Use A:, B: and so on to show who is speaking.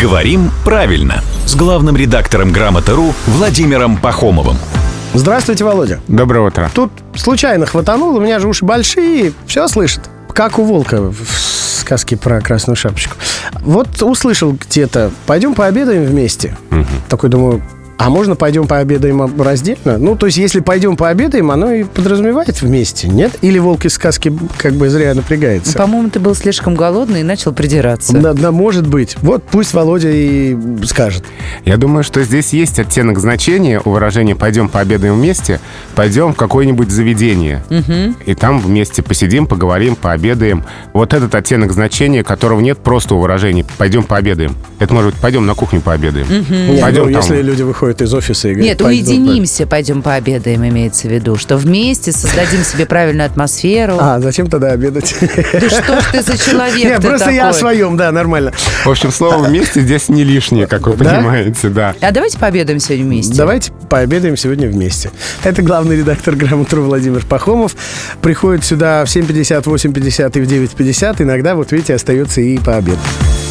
A: «Говорим правильно» с главным редактором «Грамоты.ру» Владимиром Пахомовым.
B: Здравствуйте, Володя.
C: Доброе утро.
B: Тут случайно хватанул, у меня же уши большие, все слышит. Как у волка в сказке про красную шапочку. Вот услышал где-то, пойдем пообедаем вместе. Такой думаю, а можно пойдем пообедаем об- раздельно? Ну, то есть, если пойдем пообедаем, оно и подразумевает вместе, нет? Или волк из сказки как бы зря напрягается?
D: По-моему, ты был слишком голодный и начал придираться.
B: Да, да, может быть. Вот пусть Володя и скажет.
C: Я думаю, что здесь есть оттенок значения у выражения «пойдем пообедаем вместе», «пойдем в какое-нибудь заведение». И там вместе посидим, поговорим, пообедаем. Вот этот оттенок значения, которого нет просто у выражений «пойдем пообедаем». Это может быть «пойдем на кухню пообедаем».
B: Не,
C: Пойдем
B: ну,
C: там.
B: если люди выходят из офиса и говорят...
D: Нет,
B: «Пойдем, пойдем».
D: уединимся, пойдем пообедаем, имеется в виду, что вместе создадим себе правильную атмосферу.
B: А, зачем тогда обедать?
D: Да что ж ты за человек
B: Нет,
D: ты
B: просто я о
D: такой?
B: своем, да, нормально.
C: В общем, слово «вместе» здесь не лишнее, как вы
B: Да?
C: понимаете, да.
D: А давайте пообедаем сегодня вместе.
B: Давайте пообедаем сегодня вместе. Это главный редактор «Грамотру» Владимир Пахомов. Приходит сюда в 7.50, 8.50 и в 9.50. Иногда, вот видите, остается и пообедать.